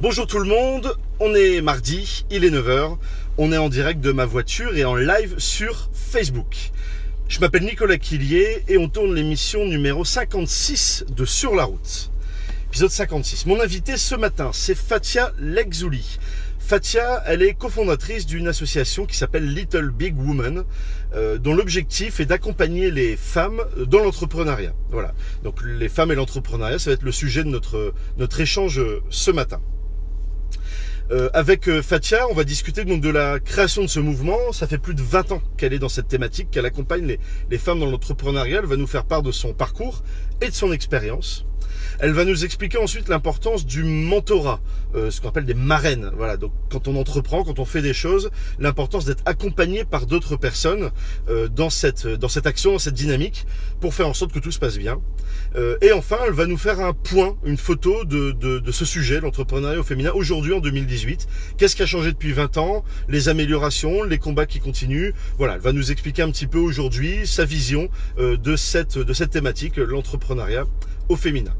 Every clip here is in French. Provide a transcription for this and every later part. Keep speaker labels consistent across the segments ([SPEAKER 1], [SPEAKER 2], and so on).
[SPEAKER 1] Bonjour tout le monde, on est mardi, il est 9h, on est en direct de ma voiture et en live sur Facebook. Je m'appelle Nicolas Quillier et on tourne l'émission numéro 56 de Sur la route. Épisode 56. Mon invité ce matin, c'est Fatia Legzouli. Fatia, elle est cofondatrice d'une association qui s'appelle Little Big Woman, euh, dont l'objectif est d'accompagner les femmes dans l'entrepreneuriat. Voilà. Donc les femmes et l'entrepreneuriat, ça va être le sujet de notre, notre échange euh, ce matin. Euh, avec euh, Fatia, on va discuter donc de la création de ce mouvement. Ça fait plus de 20 ans qu'elle est dans cette thématique, qu'elle accompagne les, les femmes dans l'entrepreneuriat. Elle va nous faire part de son parcours et de son expérience. Elle va nous expliquer ensuite l'importance du mentorat, euh, ce qu'on appelle des marraines. Voilà, donc quand on entreprend, quand on fait des choses, l'importance d'être accompagné par d'autres personnes euh, dans cette dans cette action, dans cette dynamique, pour faire en sorte que tout se passe bien. Euh, et enfin, elle va nous faire un point, une photo de, de, de ce sujet, l'entrepreneuriat au féminin, aujourd'hui en 2018. Qu'est-ce qui a changé depuis 20 ans Les améliorations, les combats qui continuent. Voilà, elle va nous expliquer un petit peu aujourd'hui sa vision euh, de, cette, de cette thématique, l'entrepreneuriat au féminin.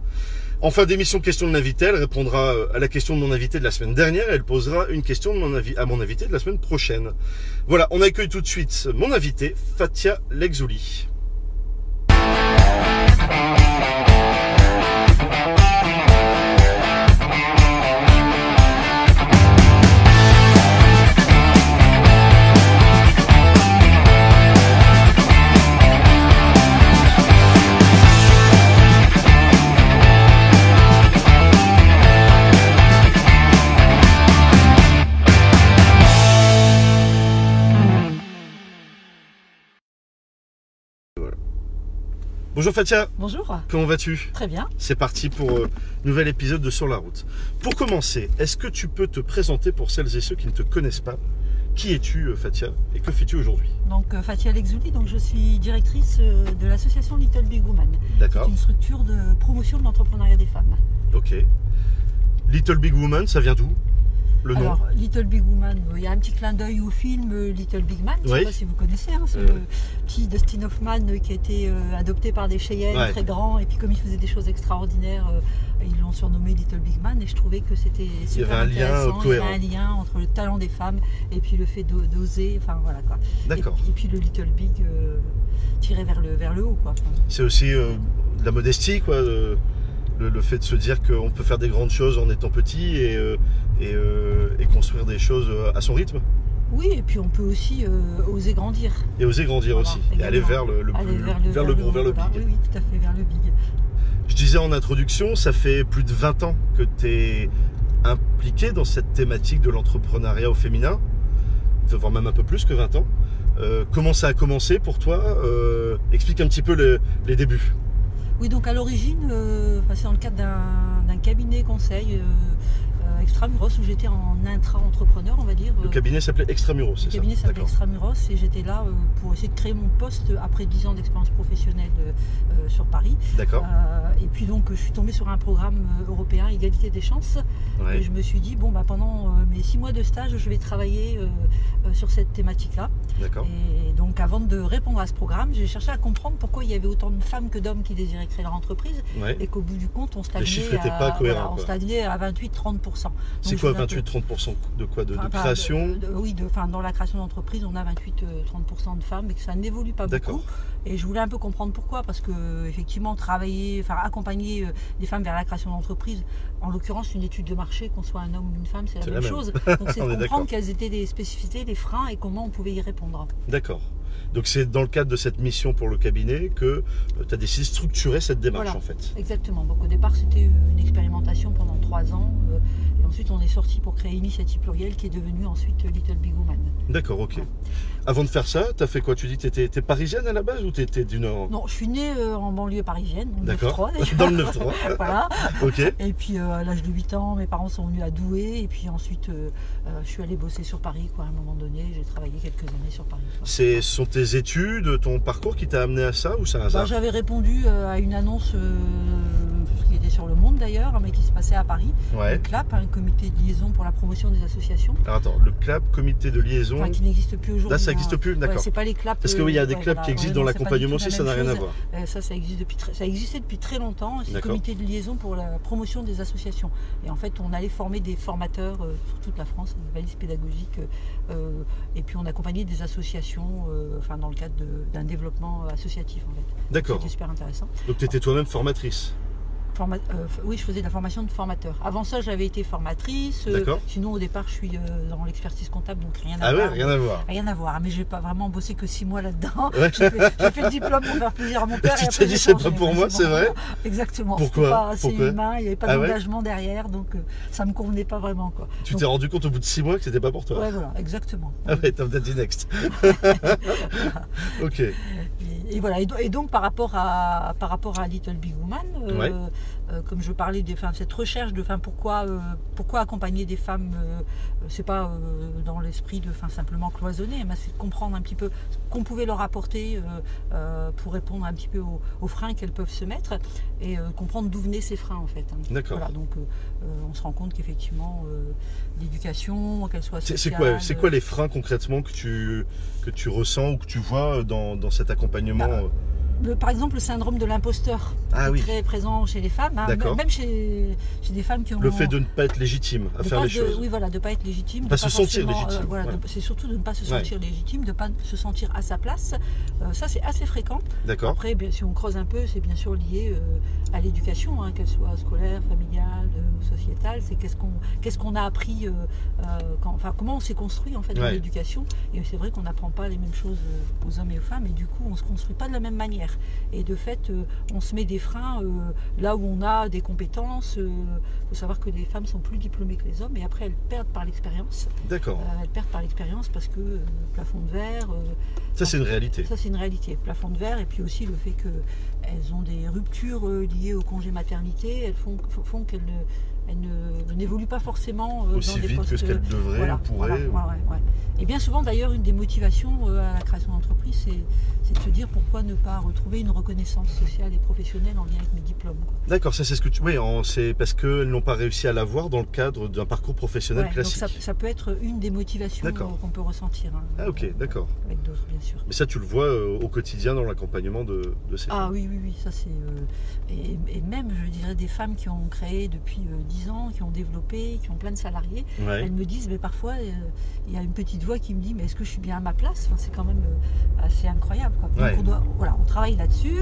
[SPEAKER 1] En fin d'émission, question de l'invité, elle répondra euh, à la question de mon invité de la semaine dernière et elle posera une question de mon avis à mon invité de la semaine prochaine. Voilà, on accueille tout de suite mon invité, Fatia Legzouli. Bonjour Fatia,
[SPEAKER 2] Bonjour.
[SPEAKER 1] comment vas-tu
[SPEAKER 2] Très bien.
[SPEAKER 1] C'est parti pour euh, nouvel épisode de Sur la route. Pour commencer, est-ce que tu peux te présenter pour celles et ceux qui ne te connaissent pas Qui es-tu, euh, Fatia, et que fais-tu aujourd'hui
[SPEAKER 2] Donc euh, Fatia Lexouli, donc je suis directrice euh, de l'association Little Big Woman, qui est
[SPEAKER 1] D'accord,
[SPEAKER 2] une structure de promotion de l'entrepreneuriat des femmes.
[SPEAKER 1] ok. Little Big Woman, ça vient d'où Le nom
[SPEAKER 2] Alors Little Big Woman, euh, il y a un petit clin d'œil au film euh, Little Big Man, je ne
[SPEAKER 1] Oui.
[SPEAKER 2] sais pas si vous connaissez, hein, c'est
[SPEAKER 1] Euh.
[SPEAKER 2] le petit Dustin Hoffman euh, qui a été euh, adopté par des Cheyennes
[SPEAKER 1] Ouais.
[SPEAKER 2] très grands, et puis comme il faisait des choses extraordinaires, euh, ils l'ont surnommé Little Big Man, et je trouvais que c'était super
[SPEAKER 1] avait un lien, euh,
[SPEAKER 2] intéressant, il y
[SPEAKER 1] cohérent.
[SPEAKER 2] avait un lien entre le talent des femmes et puis le fait d'o- d'oser, enfin voilà quoi.
[SPEAKER 1] D'accord.
[SPEAKER 2] Et, puis et puis le Little Big euh, tiré vers le, vers le haut. Quoi. Enfin,
[SPEAKER 1] C'est aussi euh, de la modestie, quoi. euh, le, le fait de se dire qu'on peut faire des grandes choses en étant petit et, euh, et, euh, et construire des choses euh, à son rythme.
[SPEAKER 2] oui, et puis on peut aussi euh, oser grandir.
[SPEAKER 1] Et oser grandir
[SPEAKER 2] Voilà,
[SPEAKER 1] aussi. Et aller
[SPEAKER 2] également.
[SPEAKER 1] vers le, le
[SPEAKER 2] Aller
[SPEAKER 1] plus-
[SPEAKER 2] vers le,
[SPEAKER 1] vers le gros, vers le
[SPEAKER 2] voilà.
[SPEAKER 1] big.
[SPEAKER 2] Oui, oui, tout à fait, vers le big.
[SPEAKER 1] Je disais en introduction, ça fait plus de 20 ans que tu es impliqué dans cette thématique de l'entrepreneuriat au féminin, voire même un peu plus que 20 ans. Euh, comment ça a commencé pour toi Euh, Explique un petit peu le- les débuts.
[SPEAKER 2] Oui, donc à l'origine, euh, enfin, c'est dans le cadre d'un d'un cabinet conseil euh, euh, Extramuros où j'étais en intra-entrepreneur, on va dire.
[SPEAKER 1] Le
[SPEAKER 2] euh,
[SPEAKER 1] cabinet s'appelait Extramuros,
[SPEAKER 2] Le
[SPEAKER 1] c'est ça
[SPEAKER 2] cabinet s'appelle
[SPEAKER 1] D'accord.
[SPEAKER 2] Extramuros et j'étais là euh, pour essayer de créer mon poste après 10 ans d'expérience professionnelle euh, euh, sur Paris.
[SPEAKER 1] D'accord.
[SPEAKER 2] Euh, et puis donc je suis tombée sur un programme euh, européen égalité des chances
[SPEAKER 1] Ouais.
[SPEAKER 2] Et je me suis dit, bon, bah, pendant euh, mes six mois de stage, je vais travailler euh, euh, sur cette thématique-là.
[SPEAKER 1] D'accord.
[SPEAKER 2] Et donc, avant de répondre à ce programme, j'ai cherché à comprendre pourquoi il y avait autant de femmes que d'hommes qui désiraient créer leur entreprise
[SPEAKER 1] Ouais.
[SPEAKER 2] et qu'au bout du compte, on stagnait,
[SPEAKER 1] chiffres étaient
[SPEAKER 2] à,
[SPEAKER 1] pas cohérents,
[SPEAKER 2] voilà, on
[SPEAKER 1] quoi.
[SPEAKER 2] stagnait à 28-30%.
[SPEAKER 1] C'est
[SPEAKER 2] Donc,
[SPEAKER 1] quoi
[SPEAKER 2] je me dis un peu-
[SPEAKER 1] 28-30% de quoi De, de
[SPEAKER 2] Enfin, pas-
[SPEAKER 1] création
[SPEAKER 2] Euh, de- Oui, de, enfin, dans la création d'entreprise, on a euh, 28-30% de femmes et que ça n'évolue pas
[SPEAKER 1] D'accord.
[SPEAKER 2] beaucoup. Et je voulais un peu comprendre pourquoi, parce que effectivement, travailler, enfin, accompagner euh, des femmes vers la création d'entreprise, en l'occurrence, une étude de marché, qu'on soit un homme ou une femme, c'est la,
[SPEAKER 1] C'est la
[SPEAKER 2] même,
[SPEAKER 1] même.
[SPEAKER 2] chose. Donc, c'est
[SPEAKER 1] On est
[SPEAKER 2] de
[SPEAKER 1] d'accord.
[SPEAKER 2] comprendre quelles étaient les spécificités, les freins et comment on pouvait y répondre.
[SPEAKER 1] D'accord. Donc c'est dans le cadre de cette mission pour le cabinet que tu as décidé de structurer cette démarche
[SPEAKER 2] Voilà.
[SPEAKER 1] en fait.
[SPEAKER 2] Exactement. Donc, au départ, c'était une expérimentation pendant trois ans. euh, et ensuite, on est sorti pour créer Initiative Plurielle, qui est devenue ensuite Little Big Woman.
[SPEAKER 1] D'accord, ok.
[SPEAKER 2] Ouais.
[SPEAKER 1] Avant de faire ça, tu as fait quoi Tu dis que tu étais parisienne à la base ou tu étais du Nord
[SPEAKER 2] Non, je suis née euh, en banlieue parisienne, dans le
[SPEAKER 1] D'accord.
[SPEAKER 2] 9-3, d'ailleurs.
[SPEAKER 1] Dans le 9-3.
[SPEAKER 2] voilà.
[SPEAKER 1] Ok.
[SPEAKER 2] Et puis euh, à l'âge de 8 ans, mes parents sont venus à Douai. Et puis ensuite, euh, euh, je suis allée bosser sur Paris. Quoi. À un moment donné, j'ai travaillé quelques années sur Paris. quoi.
[SPEAKER 1] C'est ce sont tes études, ton parcours qui t'a amené à ça ou c'est un
[SPEAKER 2] Bah,
[SPEAKER 1] hasard
[SPEAKER 2] J'avais répondu euh, à une annonce euh, plus qui était sur le monde d'ailleurs, hein, mais qui se passait à Paris. Le
[SPEAKER 1] Ouais.
[SPEAKER 2] CLAP, un comité de liaison pour la promotion des associations,
[SPEAKER 1] Alors attends, le CLAP, comité de liaison.
[SPEAKER 2] enfin, qui n'existe plus aujourd'hui.
[SPEAKER 1] Là, ça
[SPEAKER 2] hein.
[SPEAKER 1] n'existe plus,
[SPEAKER 2] Ouais,
[SPEAKER 1] d'accord.
[SPEAKER 2] c'est pas les CLAP. euh,
[SPEAKER 1] Parce que oui, il y a des clubs qui existent dans l'accompagnement aussi,
[SPEAKER 2] aussi,
[SPEAKER 1] ça n'a rien à voir.
[SPEAKER 2] Euh, ça, ça, existe depuis très- ça existait depuis très longtemps. C'est le
[SPEAKER 1] D'accord.
[SPEAKER 2] comité de liaison pour la promotion des associations. Et en fait, on allait former des formateurs euh, sur toute la France, des valises pédagogiques. euh, euh, et puis, on accompagnait des associations euh, enfin, dans le cadre de- d'un développement associatif. En fait.
[SPEAKER 1] D'accord.
[SPEAKER 2] C'était super intéressant.
[SPEAKER 1] Donc tu étais toi-même formatrice.
[SPEAKER 2] Forma- euh, f- oui, je faisais de la formation de formateur. Avant ça, j'avais été formatrice. euh,
[SPEAKER 1] D'accord.
[SPEAKER 2] sinon, au départ, je suis euh, dans l'expertise comptable, donc rien à
[SPEAKER 1] Ah ouais,
[SPEAKER 2] voir.
[SPEAKER 1] rien à voir.
[SPEAKER 2] Rien à voir, mais j'ai pas vraiment bossé que six mois là-dedans.
[SPEAKER 1] Ouais.
[SPEAKER 2] J'ai fait, j'ai fait le diplôme pour faire plaisir à mon père.
[SPEAKER 1] Tu
[SPEAKER 2] et
[SPEAKER 1] t'es
[SPEAKER 2] après,
[SPEAKER 1] dit,
[SPEAKER 2] j'ai
[SPEAKER 1] c'est pas
[SPEAKER 2] changé.
[SPEAKER 1] pour moi,
[SPEAKER 2] Oui,
[SPEAKER 1] c'est vrai
[SPEAKER 2] Exactement.
[SPEAKER 1] Pourquoi
[SPEAKER 2] C'était pas assez
[SPEAKER 1] Pourquoi
[SPEAKER 2] humain, il n'y avait pas
[SPEAKER 1] Ah ouais
[SPEAKER 2] d'engagement derrière, donc euh, ça me convenait pas vraiment. Quoi.
[SPEAKER 1] Tu
[SPEAKER 2] Donc,
[SPEAKER 1] t'es rendu compte au bout de six mois que c'était pas pour toi.
[SPEAKER 2] Ouais, voilà, exactement.
[SPEAKER 1] Oh. Ah ouais, t'as dit next. ok.
[SPEAKER 2] Et, et voilà. Et, do- et donc par rapport à par rapport à Little Big Woman, euh,
[SPEAKER 1] Ouais.
[SPEAKER 2] euh, comme je parlais des femmes, cette recherche de enfin, pourquoi euh, pourquoi accompagner des femmes, euh, euh, c'est pas euh, dans l'esprit de enfin, simplement cloisonner, mais c'est de comprendre un petit peu ce qu'on pouvait leur apporter euh, euh, pour répondre un petit peu aux, aux freins qu'elles peuvent se mettre et euh, comprendre d'où venaient ces freins en fait. hein.
[SPEAKER 1] D'accord.
[SPEAKER 2] Voilà, donc euh, euh, on se rend compte qu'effectivement euh, l'éducation, qu'elle soit
[SPEAKER 1] C'est
[SPEAKER 2] sociale,
[SPEAKER 1] c'est quoi, c'est
[SPEAKER 2] euh.
[SPEAKER 1] quoi les freins concrètement que tu, que tu ressens ou que tu vois euh, dans, dans cet accompagnement
[SPEAKER 2] Bah,
[SPEAKER 1] euh
[SPEAKER 2] Le- par exemple le syndrome de l'imposteur.
[SPEAKER 1] Ah
[SPEAKER 2] qui est
[SPEAKER 1] oui,
[SPEAKER 2] très présent chez les femmes, hein,
[SPEAKER 1] D'accord.
[SPEAKER 2] même chez, chez des femmes qui ont
[SPEAKER 1] le fait de ne pas être légitime à
[SPEAKER 2] de
[SPEAKER 1] faire
[SPEAKER 2] pas
[SPEAKER 1] les
[SPEAKER 2] de-
[SPEAKER 1] choses.
[SPEAKER 2] oui, voilà, de pas être légitime,
[SPEAKER 1] Pas se sentir
[SPEAKER 2] forcément, euh,
[SPEAKER 1] légitime,
[SPEAKER 2] voilà, de-
[SPEAKER 1] ouais.
[SPEAKER 2] c'est surtout de ne pas se
[SPEAKER 1] Ouais.
[SPEAKER 2] sentir légitime, de pas se sentir à sa place. Euh, ça, c'est assez fréquent.
[SPEAKER 1] D'accord.
[SPEAKER 2] Après, bien, si on creuse un peu, c'est bien sûr lié euh, à l'éducation, hein, qu'elle soit scolaire, familiale euh, ou sociétale. C'est qu'est-ce qu'on qu'est-ce qu'on a appris, euh, euh, quand- enfin comment on s'est construit en fait dans
[SPEAKER 1] Ouais.
[SPEAKER 2] l'éducation. Et c'est vrai qu'on n'apprend pas les mêmes choses euh, aux hommes et aux femmes, et du coup on se construit pas de la même manière. Et de fait, euh, on se met des freins euh, là où on a des compétences. Il faut savoir que les femmes sont plus diplômées que les hommes, et après elles perdent par l'expérience.
[SPEAKER 1] D'accord.
[SPEAKER 2] Euh, elles perdent par l'expérience parce que euh, plafond de verre. euh,
[SPEAKER 1] Ça, c'est une réalité.
[SPEAKER 2] ça, c'est une réalité. Plafond de verre, et puis aussi le fait qu'elles ont des ruptures euh, liées au congé maternité, elles font, font- font qu'elles ne- elles ne- n'évoluent pas forcément euh, dans
[SPEAKER 1] Aussi
[SPEAKER 2] des
[SPEAKER 1] vite
[SPEAKER 2] postes. euh,
[SPEAKER 1] que ce qu'elle devrait
[SPEAKER 2] voilà,
[SPEAKER 1] ou pourrait.
[SPEAKER 2] voilà,
[SPEAKER 1] ou-
[SPEAKER 2] ouais, ouais, ouais. Et bien souvent, d'ailleurs, une des motivations euh, à la création d'entreprise, c'est- c'est de se dire pourquoi ne pas retrouver une reconnaissance sociale et professionnelle en lien avec mes diplômes. quoi.
[SPEAKER 1] D'accord, ça c'est ce que tu. Oui, on- c'est parce qu'elles n'ont pas réussi à l'avoir dans le cadre d'un parcours professionnel
[SPEAKER 2] Ouais, donc
[SPEAKER 1] classique.
[SPEAKER 2] ça, ça peut être une des motivations euh,
[SPEAKER 1] D'accord.
[SPEAKER 2] qu'on peut ressentir, hein,
[SPEAKER 1] Ah ok, d'accord.
[SPEAKER 2] avec d'autres, bien sûr.
[SPEAKER 1] Mais ça, tu le vois euh, au quotidien dans l'accompagnement de, de ces
[SPEAKER 2] Ah
[SPEAKER 1] femmes.
[SPEAKER 2] oui, oui, oui, ça c'est. euh, et, et même, je dirais, des femmes qui ont créé depuis euh, 10 ans, qui ont développé, qui ont plein de salariés,
[SPEAKER 1] Ouais.
[SPEAKER 2] elles me disent, mais parfois, euh, il y a une petite voix qui me dit, mais est-ce que je suis bien à ma place Enfin, C'est quand même euh, assez incroyable. Quoi. Donc
[SPEAKER 1] Ouais.
[SPEAKER 2] on, doit, voilà, on travaille là-dessus,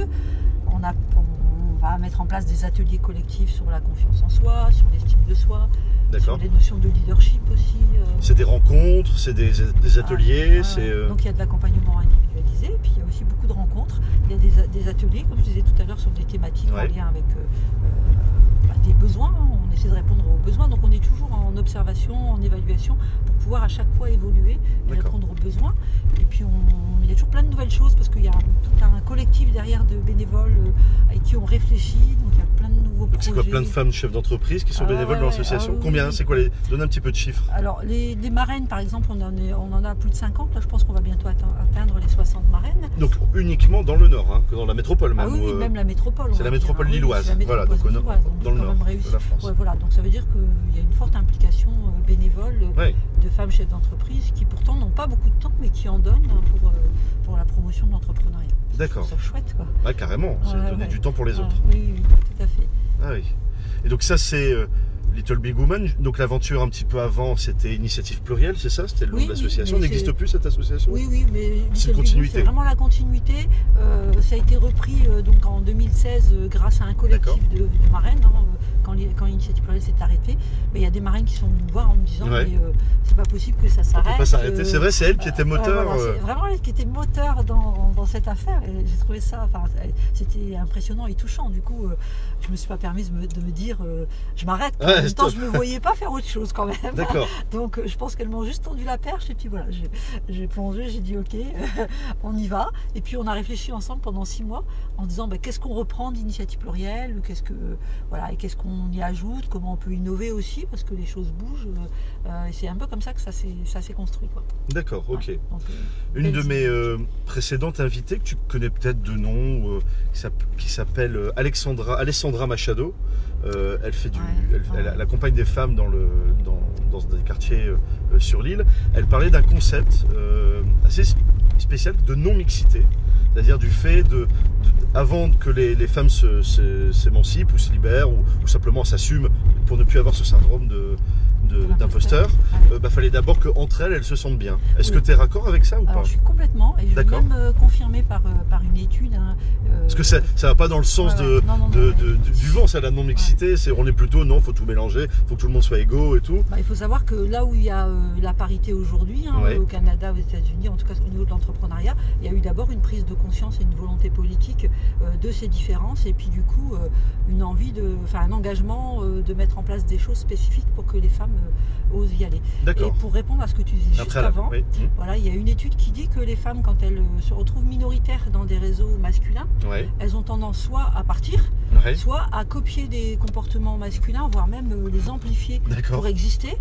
[SPEAKER 2] on, a- on- on va mettre en place des ateliers collectifs sur la confiance en soi, sur l'estime de soi, sur
[SPEAKER 1] D'accord.
[SPEAKER 2] les notions de leadership aussi. euh,
[SPEAKER 1] C'est des rencontres, c'est des, des ateliers,
[SPEAKER 2] Ah, Ouais,
[SPEAKER 1] c'est.
[SPEAKER 2] ouais.
[SPEAKER 1] euh,
[SPEAKER 2] Donc il y a de l'accompagnement individualisé, puis il y a aussi beaucoup de rencontres. Il y a des, a- des ateliers, comme je disais tout à l'heure, sur des thématiques
[SPEAKER 1] Ouais.
[SPEAKER 2] en lien avec euh, euh, bah, des besoins. hein. On essaie de répondre aux besoins, donc on est toujours en observation, en évaluation, pour pouvoir à chaque fois évoluer et
[SPEAKER 1] D'accord.
[SPEAKER 2] répondre aux besoins. Et puis on- il y a toujours plein de nouvelles choses parce qu'il y a tout un collectif derrière de bénévoles euh, avec qui on réfléchit. Donc il y a plein de nouveaux
[SPEAKER 1] Donc c'est quoi
[SPEAKER 2] projets.
[SPEAKER 1] plein de femmes chefs d'entreprise qui sont
[SPEAKER 2] Ah ouais,
[SPEAKER 1] bénévoles dans
[SPEAKER 2] ouais,
[SPEAKER 1] l'association
[SPEAKER 2] ah oui,
[SPEAKER 1] Combien
[SPEAKER 2] oui.
[SPEAKER 1] C'est quoi les... Donne un petit peu de chiffres.
[SPEAKER 2] Alors, les, les marraines, par exemple, on en, est- on en a plus de 50. Là, je pense qu'on va bientôt atte- atteindre les 60 marraines.
[SPEAKER 1] Donc uniquement dans le nord, hein, que dans la métropole même.
[SPEAKER 2] Ah oui,
[SPEAKER 1] ou,
[SPEAKER 2] oui,
[SPEAKER 1] euh,
[SPEAKER 2] même la métropole. on
[SPEAKER 1] c'est
[SPEAKER 2] va
[SPEAKER 1] la
[SPEAKER 2] dire.
[SPEAKER 1] métropole
[SPEAKER 2] Ah oui,
[SPEAKER 1] lilloise.
[SPEAKER 2] c'est la
[SPEAKER 1] voilà, donc
[SPEAKER 2] métropole
[SPEAKER 1] au nord,
[SPEAKER 2] lilloise, donc
[SPEAKER 1] dans le
[SPEAKER 2] quand
[SPEAKER 1] nord
[SPEAKER 2] même réussi.
[SPEAKER 1] de la France.
[SPEAKER 2] Ouais, voilà, donc ça veut dire qu'il y a une forte implication euh, bénévole euh,
[SPEAKER 1] Ouais.
[SPEAKER 2] de femmes chefs d'entreprise qui pourtant n'ont pas beaucoup de temps mais qui en donnent hein, pour, euh, pour la promotion de l'entrepreneuriat.
[SPEAKER 1] D'accord.
[SPEAKER 2] C'est chouette quoi.
[SPEAKER 1] Ah carrément, c'est
[SPEAKER 2] Ouais,
[SPEAKER 1] donner
[SPEAKER 2] ouais.
[SPEAKER 1] du temps pour les
[SPEAKER 2] Ah,
[SPEAKER 1] autres.
[SPEAKER 2] oui, oui, tout à fait.
[SPEAKER 1] Ah oui. Et donc ça c'est euh, Little Big Woman. Donc l'aventure un petit peu avant, c'était Initiative Plurielle, c'est ça C'était le nom
[SPEAKER 2] Oui,
[SPEAKER 1] de l'association.
[SPEAKER 2] oui, mais
[SPEAKER 1] N'existe
[SPEAKER 2] c'est-
[SPEAKER 1] plus cette association
[SPEAKER 2] Oui, oui, mais
[SPEAKER 1] C'est une
[SPEAKER 2] Little Big Blue,
[SPEAKER 1] continuité.
[SPEAKER 2] C'est vraiment la continuité. Euh, ça a été repris euh, donc en 2016 euh, grâce à un collectif de, de marraines. hein, euh, quand, les- quand Initiative Plurielle s'est arrêtée, mais il y a des marraines qui sont venues me voir en me disant
[SPEAKER 1] Ouais.
[SPEAKER 2] mais euh, c'est pas possible que ça
[SPEAKER 1] On
[SPEAKER 2] s'arrête.
[SPEAKER 1] peut pas s'arrêter.
[SPEAKER 2] euh,
[SPEAKER 1] C'est vrai, c'est elle qui était
[SPEAKER 2] Ouais,
[SPEAKER 1] moteur.
[SPEAKER 2] voilà,
[SPEAKER 1] euh,
[SPEAKER 2] c'est vraiment elle qui était moteur dans, dans cette affaire. Et j'ai trouvé ça, enfin, c'était impressionnant et touchant. Du coup, euh, je me suis pas permise de me, de me dire, euh, je m'arrête.
[SPEAKER 1] Ouais,
[SPEAKER 2] en même temps,
[SPEAKER 1] stop.
[SPEAKER 2] je me voyais pas faire autre chose quand même.
[SPEAKER 1] D'accord.
[SPEAKER 2] Donc, euh, je pense qu'elles m'ont juste tendu la perche. Et puis voilà, j'ai- j'ai plongé, j'ai dit, ok, on y va. Et puis, on a réfléchi ensemble pendant six mois en disant, bah, qu'est-ce qu'on reprend d'initiative plurielle Qu'est-ce que, voilà, et qu'est-ce qu'on on y ajoute, comment on peut innover aussi, parce que les choses bougent. euh, euh, et c'est un peu comme ça que ça s'est ça s'est construit. Quoi.
[SPEAKER 1] D'accord, ok.
[SPEAKER 2] Ouais, donc, euh,
[SPEAKER 1] Une de
[SPEAKER 2] Benzine.
[SPEAKER 1] mes euh, précédentes invitées, que tu connais peut-être de nom, euh, qui s'app- qui s'appelle euh, Alexandra, Alessandra Machado, euh, elle, fait du,
[SPEAKER 2] Ouais,
[SPEAKER 1] elle, elle-
[SPEAKER 2] ouais.
[SPEAKER 1] elle accompagne des femmes dans, le, dans, dans des quartiers euh, euh, sur l'île. Elle parlait d'un concept euh, assez sp- spécial de non-mixité, c'est-à-dire du fait de, de- avant que les, les femmes se- se- s'émancipent ou se libèrent ou, ou simplement s'assument pour ne plus avoir ce syndrome de- de-
[SPEAKER 2] L'imposteur.
[SPEAKER 1] d'imposteur,
[SPEAKER 2] Ouais.
[SPEAKER 1] euh, bah, fallait d'abord qu'entre elles, elles se sentent bien. Est-ce
[SPEAKER 2] Oui.
[SPEAKER 1] que tu es raccord avec ça ou pas
[SPEAKER 2] Alors je suis complètement, et je vais
[SPEAKER 1] D'accord.
[SPEAKER 2] même euh, confirmer par, euh, par une étude. hein, euh,
[SPEAKER 1] Parce que ça, ça va pas dans le sens
[SPEAKER 2] ouais,
[SPEAKER 1] de,
[SPEAKER 2] ouais. Non, non, non,
[SPEAKER 1] de-
[SPEAKER 2] ouais.
[SPEAKER 1] de- du- du vent, ça, la non-mixité. C'est, on est plutôt, non, faut tout mélanger, faut que tout le monde soit égaux et tout.
[SPEAKER 2] Bah, il faut savoir que là où il y a euh, la parité aujourd'hui, hein,
[SPEAKER 1] Ouais.
[SPEAKER 2] au Canada, aux États-Unis, en tout cas au niveau de l'entrepreneuriat, il y a eu d'abord une prise de conscience et une volonté politique euh, de ces différences et puis du coup euh, une envie de, enfin un engagement euh, de mettre en place des choses spécifiques pour que les femmes euh, osent y aller. Et
[SPEAKER 1] D'accord.
[SPEAKER 2] pour répondre à ce que tu disais juste
[SPEAKER 1] Après, la-
[SPEAKER 2] avant,
[SPEAKER 1] oui. Mmh.
[SPEAKER 2] voilà, il y a une étude qui dit que les femmes quand elles euh, se retrouvent minoritaires dans des réseaux masculins,
[SPEAKER 1] Ouais.
[SPEAKER 2] elles ont tendance soit à partir,
[SPEAKER 1] Ouais.
[SPEAKER 2] soit à copier des comportements masculins, voire même euh, les amplifier
[SPEAKER 1] D'accord.
[SPEAKER 2] pour exister.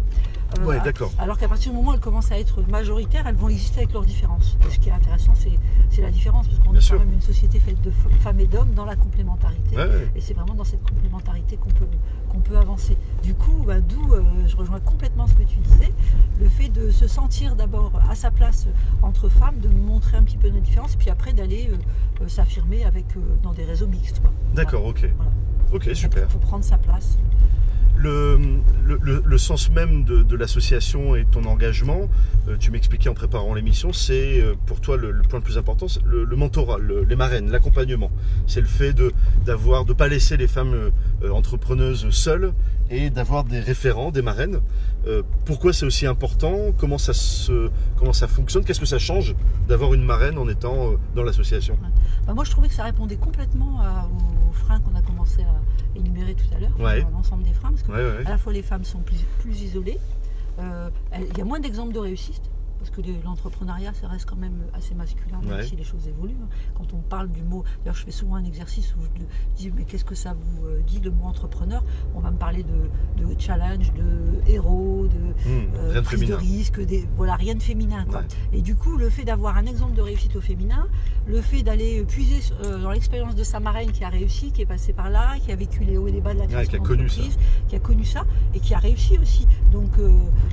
[SPEAKER 2] Euh,
[SPEAKER 1] Ouais,
[SPEAKER 2] à-
[SPEAKER 1] d'accord.
[SPEAKER 2] alors qu'à partir du moment où elles commencent à être majoritaires, elles vont exister avec leurs différences. Et Ce qui est intéressant, c'est c'est la différence, parce qu'on
[SPEAKER 1] Bien
[SPEAKER 2] est
[SPEAKER 1] sûr.
[SPEAKER 2] quand même une société faite de f- femmes et d'hommes dans la complémentarité.
[SPEAKER 1] Ouais, ouais.
[SPEAKER 2] Et c'est vraiment dans cette complémentarité qu'on peut, qu'on peut avancer. Du coup, bah, d'où euh, je rejoins complètement ce que tu disais, le fait de se sentir d'abord à sa place euh, entre femmes, de montrer un petit peu nos différences, puis après d'aller euh, euh, s'affirmer avec euh, dans des réseaux mixtes. quoi.
[SPEAKER 1] D'accord, ok.
[SPEAKER 2] Voilà.
[SPEAKER 1] Ok, super.
[SPEAKER 2] Pour prendre sa place.
[SPEAKER 1] Le, le- le- le sens même de, de l'association et de ton engagement, euh, tu m'expliquais en préparant l'émission, c'est euh, pour toi le, le point le plus important, c'est le, le mentorat, le- les marraines, l'accompagnement. C'est le fait de d'avoir de pas laisser les femmes euh, euh, entrepreneuses seules et d'avoir des référents, des marraines. Euh, pourquoi c'est aussi important Comment ça se comment ça fonctionne Qu'est-ce que ça change d'avoir une marraine en étant euh, dans l'association
[SPEAKER 2] Bah, moi, je trouvais que ça répondait complètement à- aux freins qu'on a commencé à énumérer tout à l'heure,
[SPEAKER 1] Ouais.
[SPEAKER 2] enfin, l'ensemble des freins, parce que
[SPEAKER 1] Ouais, ouais,
[SPEAKER 2] à la fois les femmes sont plus, plus isolées, euh, elles- il y a moins d'exemples de réussite, parce que les- l'entrepreneuriat, ça reste quand même assez masculin, même
[SPEAKER 1] Ouais.
[SPEAKER 2] si les choses évoluent. hein. Quand on parle du mot, d'ailleurs je fais souvent un exercice où je dis, mais qu'est-ce que ça vous euh, dit le mot entrepreneur On va me parler de, de challenge, de héros, de,
[SPEAKER 1] Hmm,
[SPEAKER 2] euh,
[SPEAKER 1] rien de
[SPEAKER 2] prise de
[SPEAKER 1] féminin.
[SPEAKER 2] risque, des, voilà, rien de féminin. Quoi.
[SPEAKER 1] Ouais.
[SPEAKER 2] Et du coup, le fait d'avoir un exemple de réussite au féminin, le fait d'aller puiser euh, dans l'expérience de sa marraine qui a réussi, qui est passée par là, qui a vécu les hauts et les bas de la création
[SPEAKER 1] qui a connu ça.
[SPEAKER 2] d'entreprise, qui a connu ça et qui a réussi aussi. Donc, euh, euh,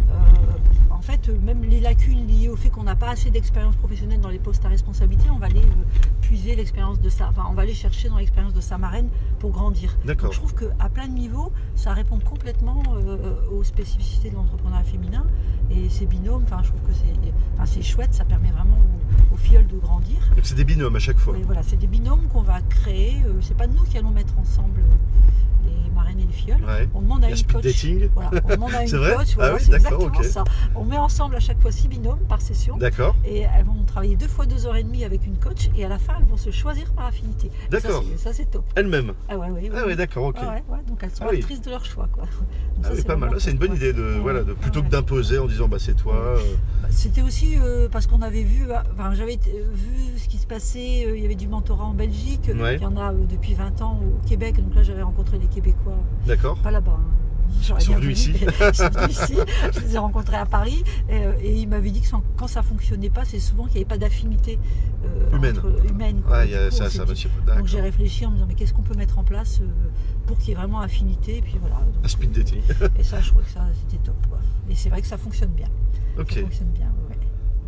[SPEAKER 2] en fait, euh, même les lacunes liées au fait qu'on n'a pas assez d'expérience professionnelle dans les postes à responsabilité, on va aller euh, puiser l'expérience de sa, enfin, on va aller chercher dans l'expérience de sa marraine pour grandir. Donc,
[SPEAKER 1] D'accord.
[SPEAKER 2] je trouve qu'à plein de niveaux, ça répond complètement euh, aux spécificités de l'entrepreneuriat féminin. Et ces binômes, enfin, je trouve que c'est enfin, c'est chouette, ça permet vraiment aux, aux filleules de grandir.
[SPEAKER 1] Donc c'est des binômes à chaque fois.
[SPEAKER 2] Et voilà, c'est des binômes qu'on va créer. euh, c'est pas nous qui allons mettre ensemble euh, les marraines et les filleules.
[SPEAKER 1] Ouais.
[SPEAKER 2] On demande à
[SPEAKER 1] Il y a
[SPEAKER 2] une
[SPEAKER 1] speed
[SPEAKER 2] coach.
[SPEAKER 1] dating.
[SPEAKER 2] Voilà, on demande à une
[SPEAKER 1] C'est vrai
[SPEAKER 2] coach.
[SPEAKER 1] Ah
[SPEAKER 2] Voilà,
[SPEAKER 1] oui,
[SPEAKER 2] c'est
[SPEAKER 1] d'accord,
[SPEAKER 2] exactement
[SPEAKER 1] ok.
[SPEAKER 2] ça. On met ensemble à chaque fois six binômes par session.
[SPEAKER 1] D'accord.
[SPEAKER 2] Et elles vont travailler deux fois deux heures et demie avec une coach. Et à la fin, elles vont se choisir par affinité. Et ça,
[SPEAKER 1] D'accord.
[SPEAKER 2] c'est- Ça, c'est top.
[SPEAKER 1] Elle-même.
[SPEAKER 2] Ah ouais, ouais, ouais,
[SPEAKER 1] Ah oui, d'accord, ok.
[SPEAKER 2] Ouais, ouais, ouais, donc elles sont
[SPEAKER 1] Ah oui.
[SPEAKER 2] actrices de leur choix. Quoi. Donc
[SPEAKER 1] Ah
[SPEAKER 2] ça,
[SPEAKER 1] oui, pas mal.
[SPEAKER 2] vraiment
[SPEAKER 1] Ah, C'est une bonne
[SPEAKER 2] cool.
[SPEAKER 1] idée de, voilà, de, plutôt
[SPEAKER 2] ouais.
[SPEAKER 1] que d'imposer en disant bah c'est toi. euh,
[SPEAKER 2] Bah, C'était aussi euh, parce qu'on avait vu, euh, enfin, j'avais euh, vu ce qui se passait, euh, il y avait du mentorat en Belgique,
[SPEAKER 1] Ouais.
[SPEAKER 2] il y en a euh, depuis 20 ans au Québec, donc là j'avais rencontré les Québécois,
[SPEAKER 1] D'accord.
[SPEAKER 2] pas là-bas. hein. J'aurais
[SPEAKER 1] Ils sont
[SPEAKER 2] bien
[SPEAKER 1] venus
[SPEAKER 2] voulu,
[SPEAKER 1] ici.
[SPEAKER 2] mais Ils sont venus ici. Je les ai rencontrés à Paris et, euh, et ils m'avaient dit que sans- quand ça fonctionnait pas, c'est souvent qu'il n'y avait pas d'affinité euh,
[SPEAKER 1] Humaine.
[SPEAKER 2] entre- humaine. quoi.
[SPEAKER 1] Ouais,
[SPEAKER 2] Et
[SPEAKER 1] il y
[SPEAKER 2] du
[SPEAKER 1] a
[SPEAKER 2] coup, on
[SPEAKER 1] ça,
[SPEAKER 2] s'est
[SPEAKER 1] ça
[SPEAKER 2] dit-
[SPEAKER 1] va.
[SPEAKER 2] Donc j'ai
[SPEAKER 1] D'accord.
[SPEAKER 2] réfléchi en me disant mais qu'est-ce qu'on peut mettre en place euh, pour qu'il y ait vraiment affinité et puis voilà. Donc, euh,
[SPEAKER 1] Un speed dating.
[SPEAKER 2] Et ça, je trouve que ça, c'était top. Quoi. Et c'est vrai que ça fonctionne bien.
[SPEAKER 1] Ok.
[SPEAKER 2] Ça fonctionne bien, ouais.